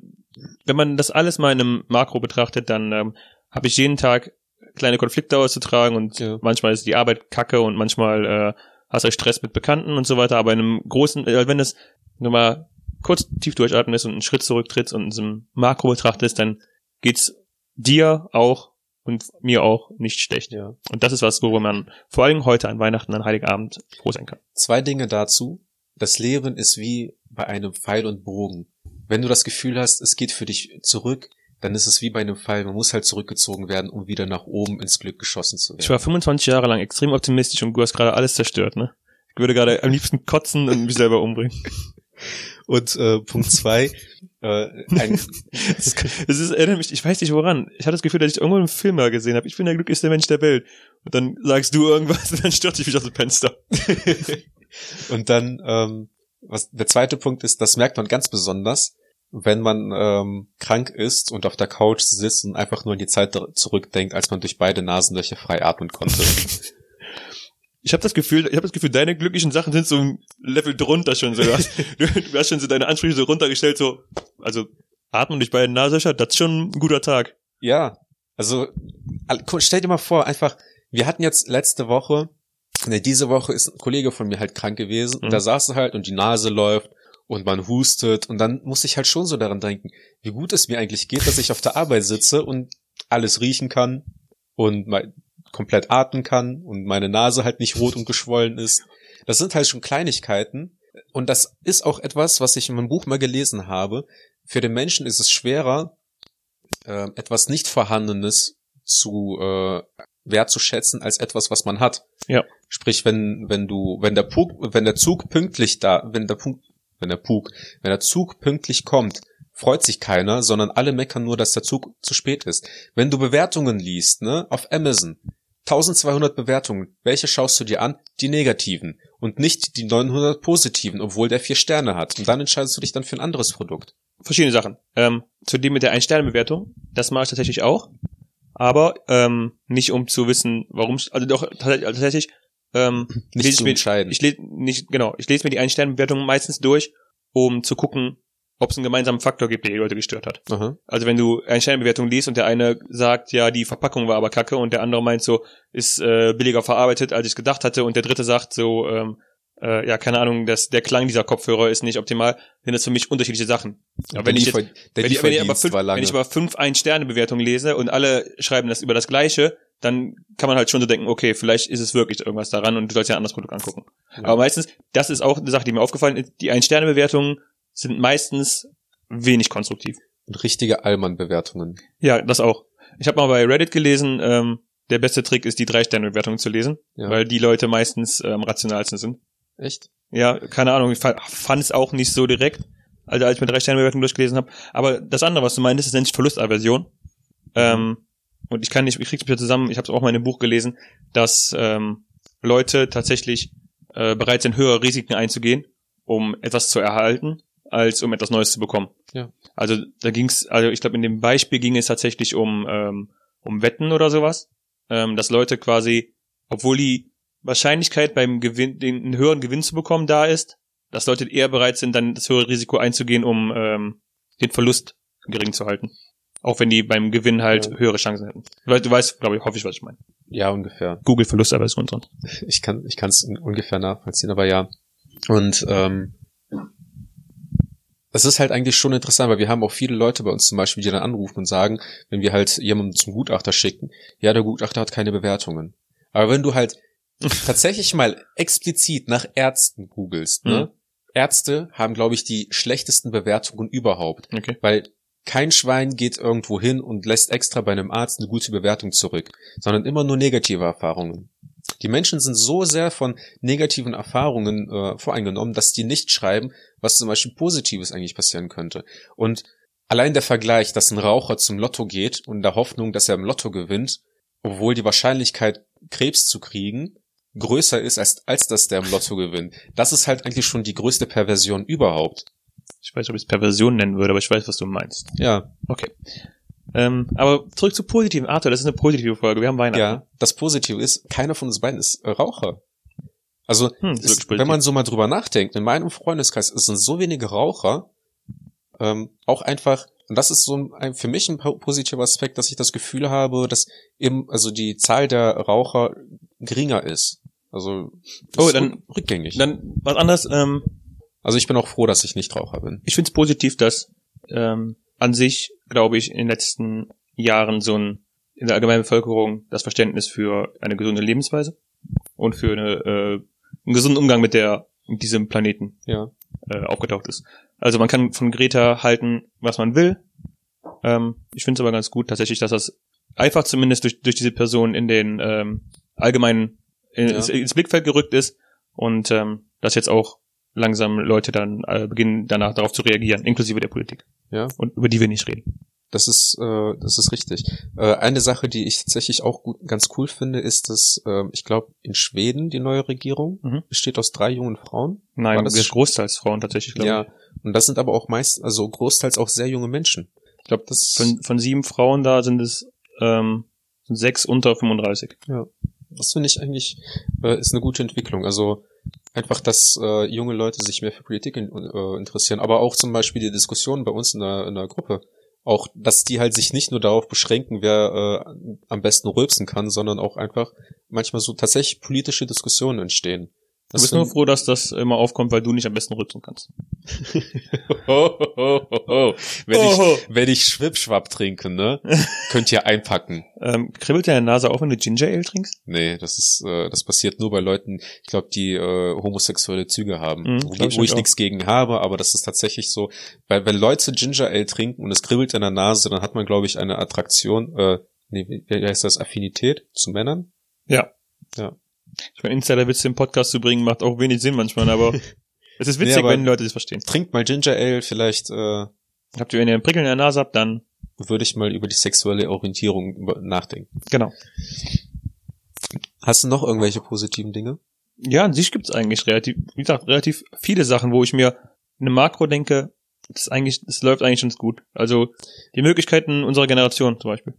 wenn man das alles mal in einem Makro betrachtet, dann ähm, habe ich jeden Tag kleine Konflikte auszutragen und äh,
Ja.
manchmal ist die Arbeit kacke und manchmal äh, hast du Stress mit Bekannten und so weiter, aber in einem großen, äh, wenn das nur mal kurz tief durchatmen ist und einen Schritt zurücktrittst und in so einem Makro betrachtest, dann geht's dir auch und mir auch nicht schlecht.
Ja.
Und das ist was, worüber man vor allem heute an Weihnachten, an Heiligabend froh sein kann.
Zwei Dinge dazu. Das Leben ist wie bei einem Pfeil und Bogen. Wenn du das Gefühl hast, es geht für dich zurück, dann ist es wie bei einem Pfeil. Man muss halt zurückgezogen werden, um wieder nach oben ins Glück geschossen zu
Ich
werden.
war 25 Jahre lang extrem optimistisch und du hast gerade alles zerstört, ne? Ich würde gerade am liebsten kotzen und mich selber umbringen.
Und äh, Punkt zwei, äh, ein,
Das, ist- das ist, erinnert mich, ich weiß nicht woran. Ich hatte das Gefühl, dass ich irgendwo einen Film mal gesehen habe. Ich bin der glücklichste Mensch der Welt. Und dann sagst du irgendwas und dann stürze ich mich aus dem Fenster.
Und dann, ähm, was der zweite Punkt ist, das merkt man ganz besonders, wenn man ähm, krank ist und auf der Couch sitzt und einfach nur an die Zeit dr- zurückdenkt, als man durch beide Nasenlöcher frei atmen konnte.
Ich habe das Gefühl, ich habe das Gefühl, deine glücklichen Sachen sind so ein Level drunter schon sogar. Du, du hast schon so deine Ansprüche so runtergestellt, so, also atmen durch beide Nasenlöcher, das ist schon ein guter Tag.
ja, also all- guck, stell dir mal vor, einfach, wir hatten jetzt letzte Woche, ne, diese Woche ist ein Kollege von mir halt krank gewesen und
Mhm.
da saß er halt und die Nase läuft und man hustet und dann muss ich halt schon so daran denken, wie gut es mir eigentlich geht, dass ich auf der Arbeit sitze und alles riechen kann und mal komplett atmen kann und meine Nase halt nicht rot und geschwollen ist. Das sind halt schon Kleinigkeiten und das ist auch etwas, was ich in meinem Buch mal gelesen habe. Für den Menschen ist es schwerer, äh, etwas nicht vorhandenes zu äh, wertzuschätzen als etwas, was man hat.
Ja.
Sprich, wenn wenn du wenn der Pug, wenn der Zug pünktlich da, wenn der Punk, wenn der Pug, wenn der Zug pünktlich kommt, freut sich keiner, sondern alle meckern nur, dass der Zug zu spät ist. Wenn du Bewertungen liest, ne, auf Amazon, 1200 Bewertungen, welche schaust du dir an? Die negativen und nicht die 900 positiven, obwohl der vier Sterne hat. Und dann entscheidest du dich dann für ein anderes Produkt.
verschiedene Sachen. Ähm, zu dem mit der Ein-Sterne-Bewertung, das mache ich tatsächlich auch. Aber ähm, nicht um zu wissen, warum, also doch tats- tatsächlich ähm,
Nicht
lese
zu
ich mir,
entscheiden.
Ich lese nicht, genau, ich lese mir die Ein-Sterne-Bewertung meistens durch, um zu gucken, ob es einen gemeinsamen Faktor gibt, der die Leute gestört hat.
Aha.
Also wenn du eine Sternbewertung liest und der eine sagt, ja, die Verpackung war aber kacke und der andere meint so, ist äh, billiger verarbeitet, als ich gedacht hatte und der dritte sagt so, ähm, äh, ja, keine Ahnung, dass der Klang dieser Kopfhörer ist nicht optimal, sind das für mich unterschiedliche Sachen. Ja, wenn
der
ich jetzt,
Liefer- der
wenn, ich, wenn, ich aber
Lieferdienst
fünf,
war lange.
wenn ich aber fünf Ein-Sterne-Bewertungen lese und alle schreiben das über das Gleiche, dann kann man halt schon so denken, okay, vielleicht ist es wirklich irgendwas daran und du sollst ja ein anderes Produkt angucken.
Ja.
Aber meistens, das ist auch eine Sache, die mir aufgefallen ist, die Ein-Sterne-Bewertungen sind meistens wenig konstruktiv.
Und richtige Allmann-Bewertungen.
Ja, das auch. Ich habe mal bei Reddit gelesen, ähm, der beste Trick ist, die Drei-Sterne-Bewertung zu lesen,
Ja.
weil die Leute meistens ähm, rationalsten sind.
Echt?
Ja, keine Ahnung, ich fand es auch nicht so direkt, also als ich mir Drei-Sterne-Bewertung durchgelesen habe. Aber das andere, was du meintest, ist nennt sich Verlustaversion. Ähm, und ich kann nicht, ich krieg's wieder zusammen, ich habe auch mal in einem Buch gelesen, dass ähm, Leute tatsächlich äh, bereit sind, höhere Risiken einzugehen, um etwas zu erhalten, als um etwas Neues zu bekommen.
Ja.
Also da ging's, also ich glaube, in dem Beispiel ging es tatsächlich um, ähm, um Wetten oder sowas, ähm, dass Leute quasi, obwohl die Wahrscheinlichkeit beim Gewinn, den einen höheren Gewinn zu bekommen da ist, dass Leute eher bereit sind, dann das höhere Risiko einzugehen, um ähm, den Verlust gering zu halten. Auch wenn die beim Gewinn halt
Ja.
höhere Chancen hätten. Weil Du weißt, glaube ich, hoffe ich, was ich meine.
Ja, ungefähr.
Google Verlust, aber ist gut dran.
Ich kann ich kann es ungefähr nachvollziehen, aber ja. Und ähm, das ist halt eigentlich schon interessant, weil wir haben auch viele Leute bei uns zum Beispiel, die dann anrufen und sagen, wenn wir halt jemanden zum Gutachter schicken, ja, der Gutachter hat keine Bewertungen. Aber wenn du halt tatsächlich mal explizit nach Ärzten googelst, ne? Ärzte haben, glaube ich, die schlechtesten Bewertungen überhaupt.
Okay.
weil kein Schwein geht irgendwo hin und lässt extra bei einem Arzt eine gute Bewertung zurück, sondern immer nur negative Erfahrungen. Die Menschen sind so sehr von negativen Erfahrungen äh, voreingenommen, dass die nicht schreiben, was zum Beispiel Positives eigentlich passieren könnte. Und allein der Vergleich, dass ein Raucher zum Lotto geht und in der Hoffnung, dass er im Lotto gewinnt, obwohl die Wahrscheinlichkeit, Krebs zu kriegen, größer ist, als, als dass der im Lotto gewinnt. Das ist halt eigentlich schon die größte Perversion überhaupt.
Ich weiß, ob ich es Perversion nennen würde, aber ich weiß, was du meinst.
Ja,
Okay. Ähm, aber zurück zu positiven. Arthur, das ist eine positive Folge. Wir haben Weihnachten.
Ja, das Positive ist, keiner von uns beiden ist äh, Raucher. Also,
Hm, das ist
ist,
wirklich positiv.
wenn man so mal drüber nachdenkt, in meinem Freundeskreis es sind so wenige Raucher, ähm, auch einfach, Und das ist so ein, für mich ein po- positiver Aspekt, dass ich das Gefühl habe, dass eben, also die Zahl der Raucher geringer ist. Also das
Oh,
ist
dann-
rück- rückgängig.
Dann was anderes. Ähm,
also ich bin auch froh, dass ich nicht Raucher bin.
ich finde es positiv, dass ähm, an sich, glaube ich, in den letzten Jahren so ein in der allgemeinen Bevölkerung das Verständnis für eine gesunde Lebensweise und für eine, äh, einen gesunden Umgang mit der mit diesem Planeten
Ja.
äh, aufgetaucht ist. Also man kann von Greta halten, was man will. Ähm, ich finde es aber ganz gut tatsächlich, dass das einfach zumindest durch, durch diese Person in den ähm, allgemeinen in,
Ja.
ins, ins Blickfeld gerückt ist und ähm, dass jetzt auch langsam Leute dann äh, beginnen danach darauf zu reagieren, inklusive der Politik.
Ja.
Und über die wir nicht reden.
Das ist, äh, das ist richtig. Äh, eine Sache, die ich tatsächlich auch gut, ganz cool finde, ist, dass äh, ich glaube, in Schweden die neue Regierung
Mhm.
besteht aus drei jungen Frauen.
Nein,
War das
wir
sch-
großteils Frauen tatsächlich, glaube
Ja, und das sind aber auch meist, also großteils auch sehr junge Menschen. Ich glaube, das
ich. Von, von sieben Frauen da sind es ähm, sind sechs unter 35.
Das finde ich eigentlich äh, ist eine gute Entwicklung. Also einfach, dass äh, junge Leute sich mehr für Politik in, äh, interessieren, aber auch zum Beispiel die Diskussion bei uns in der, in der Gruppe. Auch, dass die halt sich nicht nur darauf beschränken, wer äh, am besten rülpsen kann, sondern auch einfach manchmal so tatsächlich politische Diskussionen entstehen.
Du bist nur froh, dass das immer aufkommt, weil du nicht am besten rütteln kannst.
ho, ho, ho, ho, ho. Wenn,
Oho.
Ich, wenn ich Schwippschwapp trinke, ne, könnt ihr einpacken.
Ähm, kribbelt deine Nase auch, wenn du Ginger Ale trinkst?
Nee, das ist, äh, das passiert nur bei Leuten, ich glaube, die äh, homosexuelle Züge haben,
Mhm,
wo,
glaub ich
wo ich
auch.
nichts gegen habe, aber das ist tatsächlich so, weil wenn Leute Ginger Ale trinken und es kribbelt in der Nase, dann hat man, glaube ich, eine Attraktion, äh, nee, wie wie heißt das, Affinität zu Männern?
Ich meine, Insider-Witze im Podcast zu bringen, macht auch wenig Sinn manchmal, aber es ist witzig,
Nee, aber-
wenn Leute das verstehen.
Trinkt mal Ginger Ale, vielleicht äh,
Habt ihr, wenn ihr einen Prickel in der Nase habt, dann
würde ich mal über die sexuelle Orientierung über- nachdenken.
genau.
Hast du noch irgendwelche positiven Dinge?
Ja, an sich gibt's eigentlich relativ, wie gesagt, relativ viele Sachen, wo ich mir eine Makro denke, das ist eigentlich, das läuft eigentlich schon gut. Also die Möglichkeiten unserer Generation zum Beispiel.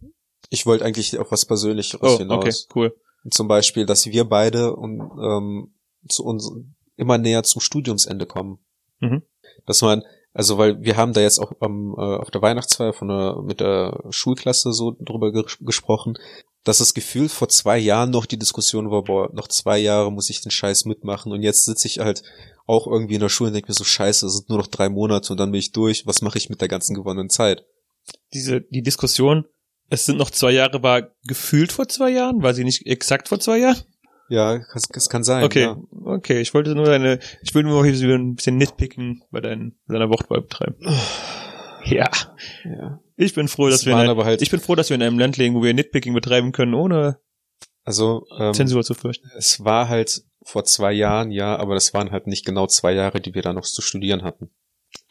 Ich wollte eigentlich auf was Persönliches
Oh,
hinaus.
okay, cool.
Zum Beispiel, dass wir beide und, ähm, zu uns immer näher zum Studiumsende kommen.
Mhm.
Dass man, also weil wir haben da jetzt auch am, äh, auf der Weihnachtsfeier von der, mit der Schulklasse so drüber ges gesprochen, dass das Gefühl vor zwei Jahren noch die Diskussion war, boah, noch zwei Jahre muss ich den Scheiß mitmachen und jetzt sitze ich halt auch irgendwie in der Schule und denke mir so, scheiße, es sind nur noch drei Monate und dann bin ich durch, was mache ich mit der ganzen gewonnenen Zeit?
Diese, die Diskussion, es sind noch zwei Jahre, war gefühlt vor zwei Jahren, war sie nicht exakt vor zwei Jahren?
Ja, das, das kann sein.
Okay,
Ja.
okay. Ich wollte nur deine, ich will nur hier so ein bisschen nitpicken bei deinen, deiner Wortwahl betreiben. Ja,
Ja.
ich bin froh,
Das
dass wir, in
waren
ein,
aber halt-
ich bin froh, dass wir in einem Land leben, wo wir nitpicking betreiben können, ohne
Also ähm,
Zensur zu fürchten.
es war halt vor zwei Jahren, ja, aber das waren halt nicht genau zwei Jahre, die wir da noch zu studieren hatten.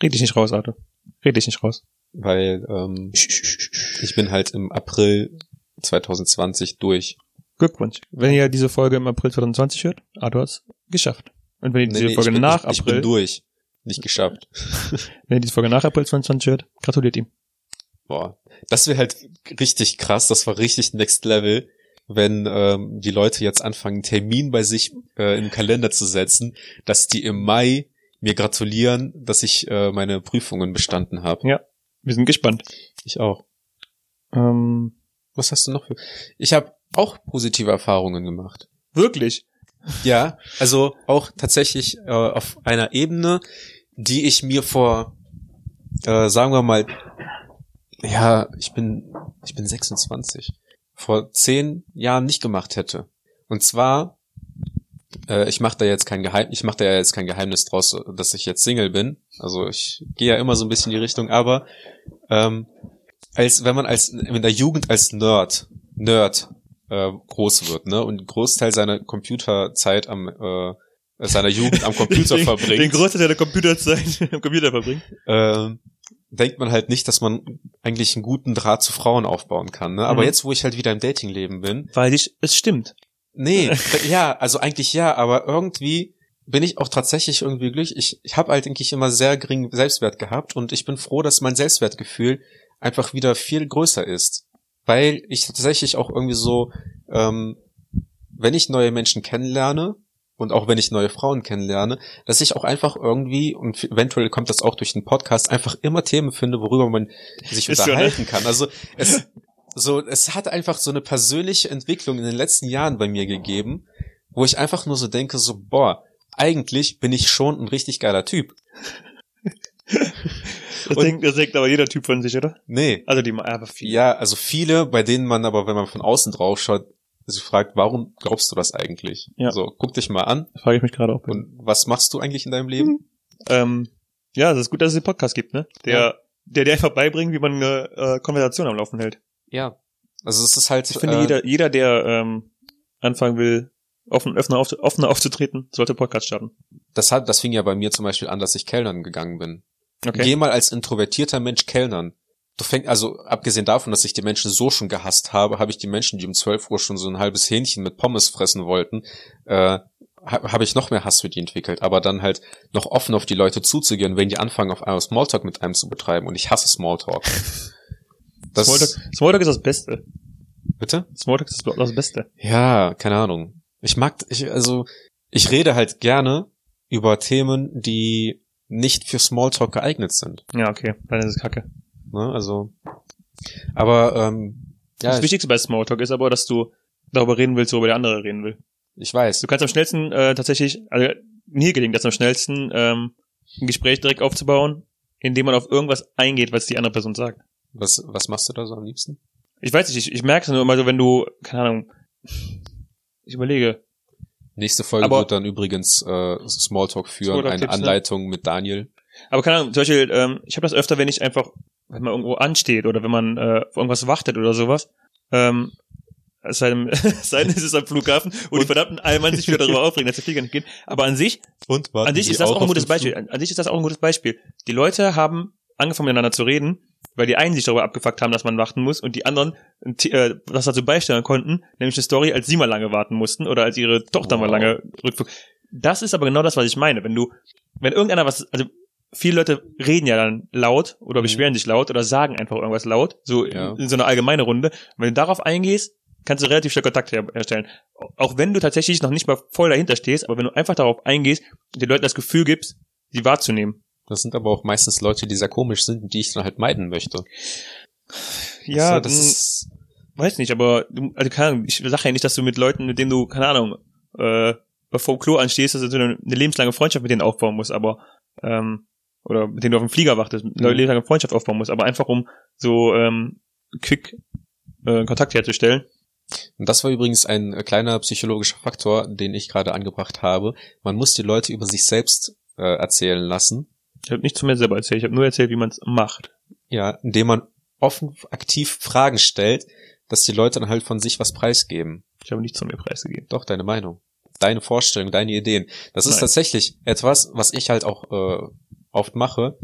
Red dich nicht raus, Arthur. Red dich nicht raus.
Weil ähm, ich bin halt im April 2020 durch.
Glückwunsch. Wenn ihr diese Folge im April 2020 hört, Arthur hat's geschafft. Und wenn ihr diese
Nee, nee,
Folge
ich bin,
nach
ich, ich bin
April,
durch. Nicht geschafft.
wenn ihr diese Folge nach April 2020 hört, gratuliert ihm.
Boah. Das wäre halt richtig krass, das war richtig next level, wenn ähm, die Leute jetzt anfangen, einen Termin bei sich äh, im Kalender zu setzen, dass die im Mai mir gratulieren, dass ich äh, meine Prüfungen bestanden habe.
Wir sind gespannt.
Ich auch.
Ähm,
Was hast du noch für? Ich habe auch positive Erfahrungen gemacht.
wirklich?
Ja, also auch tatsächlich äh, auf einer Ebene, die ich mir vor, äh, sagen wir mal, ja, ich bin, ich bin 26, vor zehn Jahren nicht gemacht hätte. Und zwar, äh, ich mache da jetzt kein Geheim, ich mache da jetzt kein Geheimnis draus, dass ich jetzt Single bin. Also ich gehe ja immer so ein bisschen in die Richtung, aber ähm, als wenn man als in der Jugend als Nerd, Nerd äh, groß wird, ne? Und einen Großteil seiner Computerzeit am äh, seiner Jugend am Computer
den,
verbringt.
Den Großteil der Computerzeit am Computer verbringt.
ähm, denkt man halt nicht, dass man eigentlich einen guten Draht zu Frauen aufbauen kann. Ne? Aber
Mhm.
jetzt, wo ich halt wieder im Datingleben bin,
Weil ich, es stimmt.
nee, ja, also eigentlich ja, aber irgendwie bin ich auch tatsächlich irgendwie glücklich. Ich, ich habe halt, denke ich, immer sehr geringen Selbstwert gehabt und ich bin froh, dass mein Selbstwertgefühl einfach wieder viel größer ist. Weil ich tatsächlich auch irgendwie so, ähm, wenn ich neue Menschen kennenlerne, und auch wenn ich neue Frauen kennenlerne, dass ich auch einfach irgendwie, und eventuell kommt das auch durch den Podcast, einfach immer Themen finde, worüber man sich
Ist so, ne?
unterhalten kann. Also es, so, es hat einfach so eine persönliche Entwicklung in den letzten Jahren bei mir gegeben, wo ich einfach nur so denke, so, boah, eigentlich bin ich schon ein richtig geiler Typ.
Das,
Und-
denkt, das denkt aber jeder Typ von sich, oder?
Nee.
Also die, aber viel.
Ja, also viele, bei denen man aber, wenn man von außen drauf schaut, sich fragt, warum glaubst du das eigentlich?
Ja.
So, guck dich mal an
Frage ich mich gerade auch.
und was machst du eigentlich in deinem Leben?
Ähm, ja, es ist gut, dass es den Podcast gibt, ne? Der,
Ja.
der, der einfach beibringt, wie man eine äh, Konversation am Laufen hält.
Ja. Also es ist halt,
Ich finde,
äh,
jeder, jeder, der ähm, anfangen will, offen, öffner, auf, offener aufzutreten, sollte Podcast starten.
das hat, das fing ja bei mir zum Beispiel an, dass ich Kellnern gegangen bin.
Okay.
Geh mal als introvertierter Mensch Kellnern. Du fängst, also abgesehen davon, dass ich die Menschen so schon gehasst habe, habe ich die Menschen, die um 12 Uhr schon so ein halbes Hähnchen mit Pommes fressen wollten, äh, ha- habe ich noch mehr Hass für die entwickelt. Aber dann halt noch offen auf die Leute zuzugehen, wenn die anfangen, auf einmal Smalltalk mit einem zu betreiben. Und ich hasse Smalltalk. Das,
Smalltalk, Smalltalk ist das Beste.
bitte?
Smalltalk ist das, das Beste.
Ja, keine Ahnung. Ich mag, ich, also, ich rede halt gerne über Themen, die nicht für Smalltalk geeignet sind.
Ja, okay. Dann ist es kacke.
Ne? Also, aber ähm, ja,
das
ich,
Wichtigste bei Smalltalk ist aber, dass du darüber reden willst, worüber der andere reden will.
ich weiß.
Du kannst am schnellsten äh, tatsächlich, also mir gelingt das am schnellsten, ähm, ein Gespräch direkt aufzubauen, indem man auf irgendwas eingeht, was die andere Person sagt.
Was, was machst du da so am liebsten?
Ich weiß nicht, ich, ich merke es nur immer so, wenn du, keine Ahnung, ich überlege.
Nächste Folge
Aber-
wird dann übrigens äh, Smalltalk führen,
Smalltalk-Tipps,
eine
ne?
Anleitung mit Daniel.
Aber keine Ahnung, zum Beispiel, ähm, ich habe das öfter, wenn ich einfach, wenn man irgendwo ansteht oder wenn man äh, auf irgendwas wartet oder sowas, ähm, es sei denn, es sei denn, es ist am Flughafen und die verdammten Allmann sich wieder darüber aufregen, dass der Flieger nicht geht. Aber an sich
Und warten
An sich ist das auch, ein gutes Beispiel. An, an sich ist das auch ein gutes Beispiel. Die Leute haben angefangen miteinander zu reden, weil die einen sich darüber abgefuckt haben, dass man warten muss und die anderen ein T- äh, was dazu beisteuern konnten, nämlich eine Story, als sie mal lange warten mussten oder als ihre Tochter mal
Wow.
lange rückflug. Das ist aber genau das, was ich meine. Wenn du, wenn irgendeiner was, also viele Leute reden ja dann laut oder
Mhm.
beschweren sich laut oder sagen einfach irgendwas laut, so
Ja.
in, in so einer allgemeine Runde. Und wenn du darauf eingehst, kannst du relativ schnell Kontakt her herstellen. Auch wenn du tatsächlich noch nicht mal voll dahinter stehst, aber wenn du einfach darauf eingehst, den Leuten das Gefühl gibst, sie wahrzunehmen.
Das sind aber auch meistens Leute, die sehr komisch sind, die ich dann halt meiden möchte.
Ja,
so, das ist
Also, weiß nicht, aber du, also keine Ahnung, ich sage ja nicht, dass du mit Leuten, mit denen du, keine Ahnung, äh, vor dem Klo anstehst, dass du eine, eine lebenslange Freundschaft mit denen aufbauen musst, aber ähm, oder mit denen du auf dem Flieger wartest, eine
Mhm.
lebenslange Freundschaft aufbauen musst, aber einfach um so ähm, quick äh, Kontakt herzustellen.
Und das war übrigens ein äh, kleiner psychologischer Faktor, den ich gerade angebracht habe. Man muss die Leute über sich selbst äh, erzählen lassen,
Ich habe nicht zu mir selber erzählt, ich habe nur erzählt, wie man es macht.
ja, indem man offen, aktiv Fragen stellt, dass die Leute dann halt von sich was preisgeben.
Ich habe nicht zu mir preisgegeben.
Doch, deine Meinung, deine Vorstellung, deine Ideen. Das ist
Nice.
tatsächlich etwas, was ich halt auch äh, oft mache.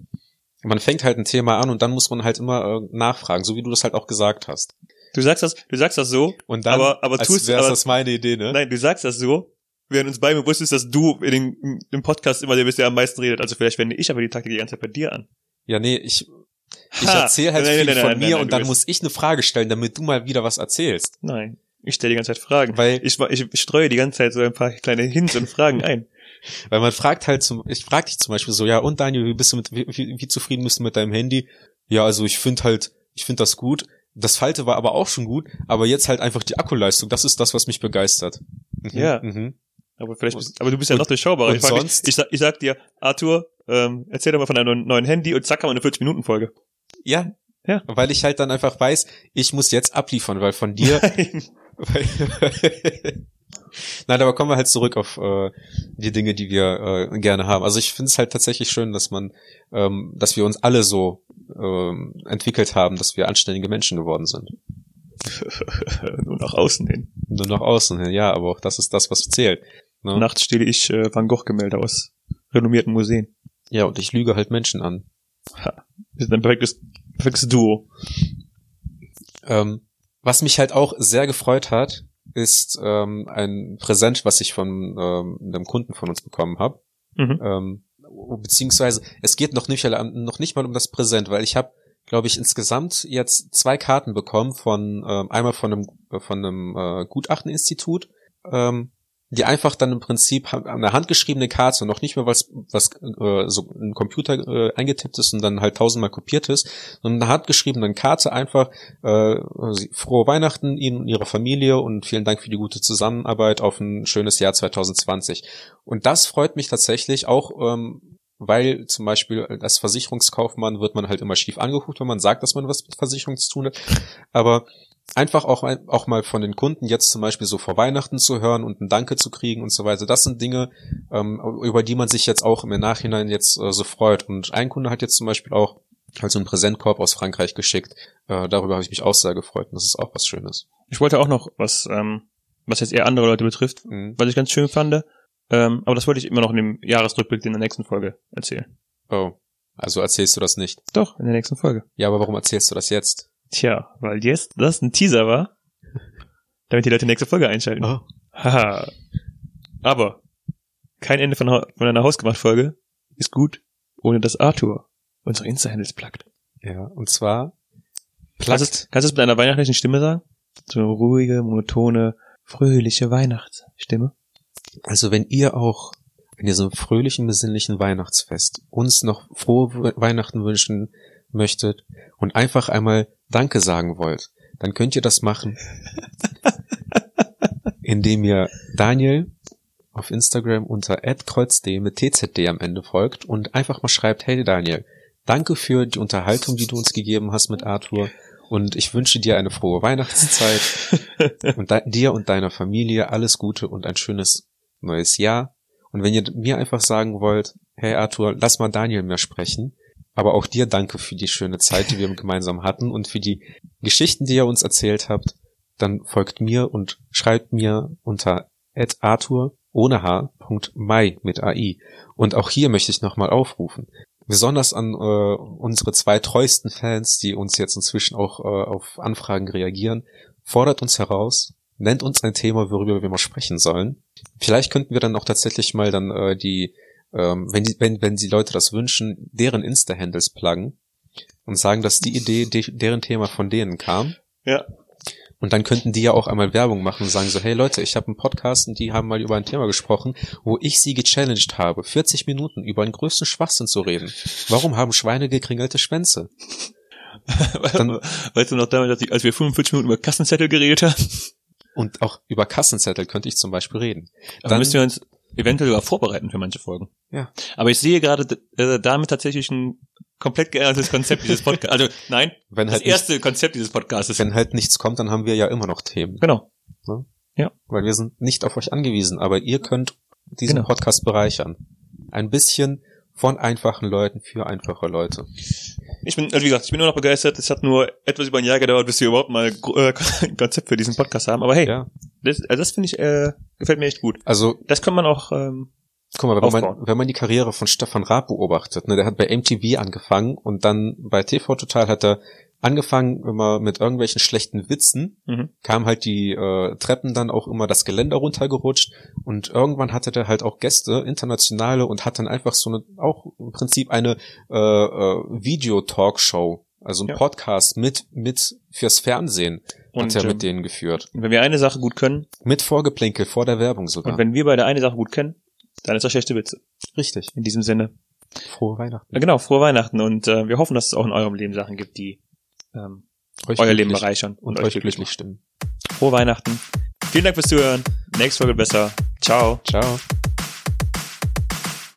Man fängt halt ein Thema an und dann muss man halt immer äh, nachfragen, so wie du das halt auch gesagt hast.
Du sagst das, du sagst das so,
Und dann,
Aber- aber
als
tust-
wär's
aber-
das meine Idee, ne?
nein, du sagst das so, während uns beiden bewusst ist, dass du in den, im Podcast immer der bist, der am meisten redet. Also vielleicht wende ich aber die Taktik die ganze Zeit bei dir an.
Ja, nee, ich, ich
Ha!
erzähle halt
Nein,
viel
nein, nein,
von
nein,
mir
nein,
und
du
dann
bist-
muss ich eine Frage stellen, damit du mal wieder was erzählst.
Nein, ich stelle die ganze Zeit Fragen.
Weil,
Ich, ma- ich streue die ganze Zeit so ein paar kleine Hints und Fragen ein.
weil man fragt halt zum, ich frag dich zum Beispiel so, ja, und Daniel, wie bist du mit, wie, wie wie zufrieden bist du mit deinem Handy? Ja, also ich finde halt, ich finde das gut. Das Falte war aber auch schon gut, aber jetzt halt einfach die Akkuleistung, das ist das, was mich begeistert. Mhm,
Ja.
Mhm.
Aber vielleicht, bist, aber du bist ja noch durchschaubarer.
und
ich, frag
sonst?
Dich, ich, sag- ich sag dir, Arthur, ähm, erzähl doch mal von deinem neuen Handy und zack, haben wir eine 40-Minuten-Folge.
Ja.
Ja.
Weil ich halt dann einfach weiß, ich muss jetzt abliefern, weil von dir
Äh,
Weil- Nein, aber kommen wir halt zurück auf äh, die Dinge, die wir äh, gerne haben. Also ich finde es halt tatsächlich schön, dass man, ähm, dass wir uns alle so ähm, entwickelt haben, dass wir anständige Menschen geworden sind.
Nur nach außen hin.
Nur nach außen hin, ja, aber auch das ist das, was zählt. Ne?
Nachts stehle ich äh, Van Gogh-Gemälde aus renommierten Museen.
Ja, und ich lüge halt Menschen an.
Wir sind ein perfektes, perfektes Duo.
Ähm, was mich halt auch sehr gefreut hat, ist ähm, ein Präsent, was ich von ähm, einem Kunden von uns bekommen habe.
Mhm.
Ähm, beziehungsweise es geht noch nicht, noch nicht mal um das Präsent, weil ich habe, glaube ich, insgesamt jetzt zwei Karten bekommen von äh, ähm, einmal von einem von einem äh, Gutachteninstitut, ähm, die einfach dann im Prinzip ha- an der Hand geschriebene Karte, noch nicht mehr was, was äh, so im Computer äh, eingetippt ist und dann halt tausendmal kopiert ist, sondern eine handgeschriebene Karte einfach äh, sie- frohe Weihnachten Ihnen und Ihrer Familie und vielen Dank für die gute Zusammenarbeit auf ein schönes Jahr 2020. Und das freut mich tatsächlich auch, ähm, weil zum Beispiel als Versicherungskaufmann wird man halt immer schief angeguckt, wenn man sagt, dass man was mit Versicherung zu tun hat. Aber einfach auch, mal- auch mal von den Kunden jetzt zum Beispiel so vor Weihnachten zu hören und ein Danke zu kriegen und so weiter. Das sind Dinge, ähm, über die man sich jetzt auch im Nachhinein jetzt äh, so freut. Und ein Kunde hat jetzt zum Beispiel auch halt so einen Präsentkorb aus Frankreich geschickt. Äh, darüber habe ich mich auch sehr gefreut und das ist auch was Schönes.
Ich wollte auch noch was, ähm, was jetzt eher andere Leute betrifft,
Mhm.
was ich ganz schön fand. Ähm, aber das wollte ich immer noch in dem Jahresrückblick in der nächsten Folge erzählen.
Oh. Also erzählst du das nicht.
Doch, in der nächsten Folge.
Ja, aber warum erzählst du das jetzt?
Tja, weil jetzt das ein Teaser war, damit die Leute die nächste Folge einschalten.
Oh.
Haha. aber kein Ende von, Hau- von einer Hausgemacht-Folge ist gut, ohne dass Arthur unsere Insta-Handles plackt.
Ja, und zwar
Kannst du es- kannst du es mit einer weihnachtlichen Stimme sagen? So eine ruhige, monotone, fröhliche Weihnachtsstimme.
Also wenn ihr auch in diesem fröhlichen, besinnlichen Weihnachtsfest uns noch frohe We- Weihnachten wünschen möchtet und einfach einmal Danke sagen wollt, dann könnt ihr das machen, indem ihr Daniel auf Instagram unter @kreuzd mit tzd am Ende folgt und einfach mal schreibt: Hey Daniel, danke für die Unterhaltung, die du uns gegeben hast mit Arthur und ich wünsche dir eine frohe Weihnachtszeit und de dir und deiner Familie alles Gute und ein schönes neues Jahr. Und wenn ihr mir einfach sagen wollt, hey Arthur, lass mal Daniel mehr sprechen, aber auch dir danke für die schöne Zeit, die wir gemeinsam hatten und für die Geschichten, die ihr uns erzählt habt, dann folgt mir und schreibt mir unter arthur ohne h. mai mit ai. Und auch hier möchte ich nochmal aufrufen. Besonders an äh, unsere zwei treuesten Fans, die uns jetzt inzwischen auch äh, auf Anfragen reagieren fordert uns heraus, nennt uns ein Thema, worüber wir mal sprechen sollen. Vielleicht könnten wir dann auch tatsächlich mal dann äh, die, ähm, wenn die, wenn, wenn die Leute das wünschen, deren Insta-Handles pluggen und sagen, dass die Idee, de deren Thema von denen kam.
Ja.
Und dann könnten die ja auch einmal Werbung machen und sagen so, hey Leute, ich habe einen Podcast und die haben mal über ein Thema gesprochen, wo ich sie gechallenged habe, 40 Minuten über den größten Schwachsinn zu reden. Warum haben Schweine gekringelte Schwänze? Dann-
weißt du noch damals, als ich- als wir 45 Minuten über Kassenzettel geredet haben?
Und auch über Kassenzettel könnte ich zum Beispiel reden.
Dann müssen wir uns eventuell sogar vorbereiten für manche Folgen.
Ja.
Aber ich sehe gerade d- äh, damit tatsächlich ein komplett geändertes Konzept dieses Podcasts. Also nein,
wenn
das
halt nicht
erste Konzept dieses Podcasts.
wenn halt nichts kommt, dann haben wir ja immer noch Themen,
Genau.
weil wir sind nicht auf euch angewiesen, aber ihr könnt diesen
Genau.
Podcast bereichern. Ein bisschen von einfachen Leuten für einfache Leute.
Ich bin, also wie gesagt, ich bin nur noch begeistert. Es hat nur etwas über ein Jahr gedauert, bis wir überhaupt mal gro- äh, ein Konzept für diesen Podcast haben. Aber hey,
Ja.
das, also das finde ich, äh, gefällt mir echt gut.
Also,
Das kann man auch, ähm,
guck mal, wenn man,
Aufbauen.
wenn man die Karriere von Stefan Raab beobachtet, ne, der hat bei MTV angefangen und dann bei TV Total hat er angefangen immer mit irgendwelchen schlechten Witzen
mhm.
kam halt die äh, Treppen dann auch immer das Geländer runtergerutscht und irgendwann hatte der halt auch Gäste, internationale und hat dann einfach so eine, auch im Prinzip eine äh, äh, Video-Talkshow, also ein
Ja.
Podcast mit, mit fürs Fernsehen
und
hat er
ähm,
mit denen geführt.
wenn wir eine Sache gut können
Mit Vorgeplinkel, vor der Werbung sogar.
und wenn wir beide eine Sache gut kennen, dann ist das schlechte Witze.
Richtig.
In diesem Sinne.
Frohe Weihnachten.
Ja, Genau, frohe Weihnachten und äh, wir hoffen, dass es auch in eurem Leben Sachen gibt, die ähm,
Euch
euer Leben
glücklich
bereichern
und euch glücklich stimmen.
machen. Frohe Weihnachten. Vielen Dank fürs Zuhören. Nächste Folge besser. Ciao.
Ciao.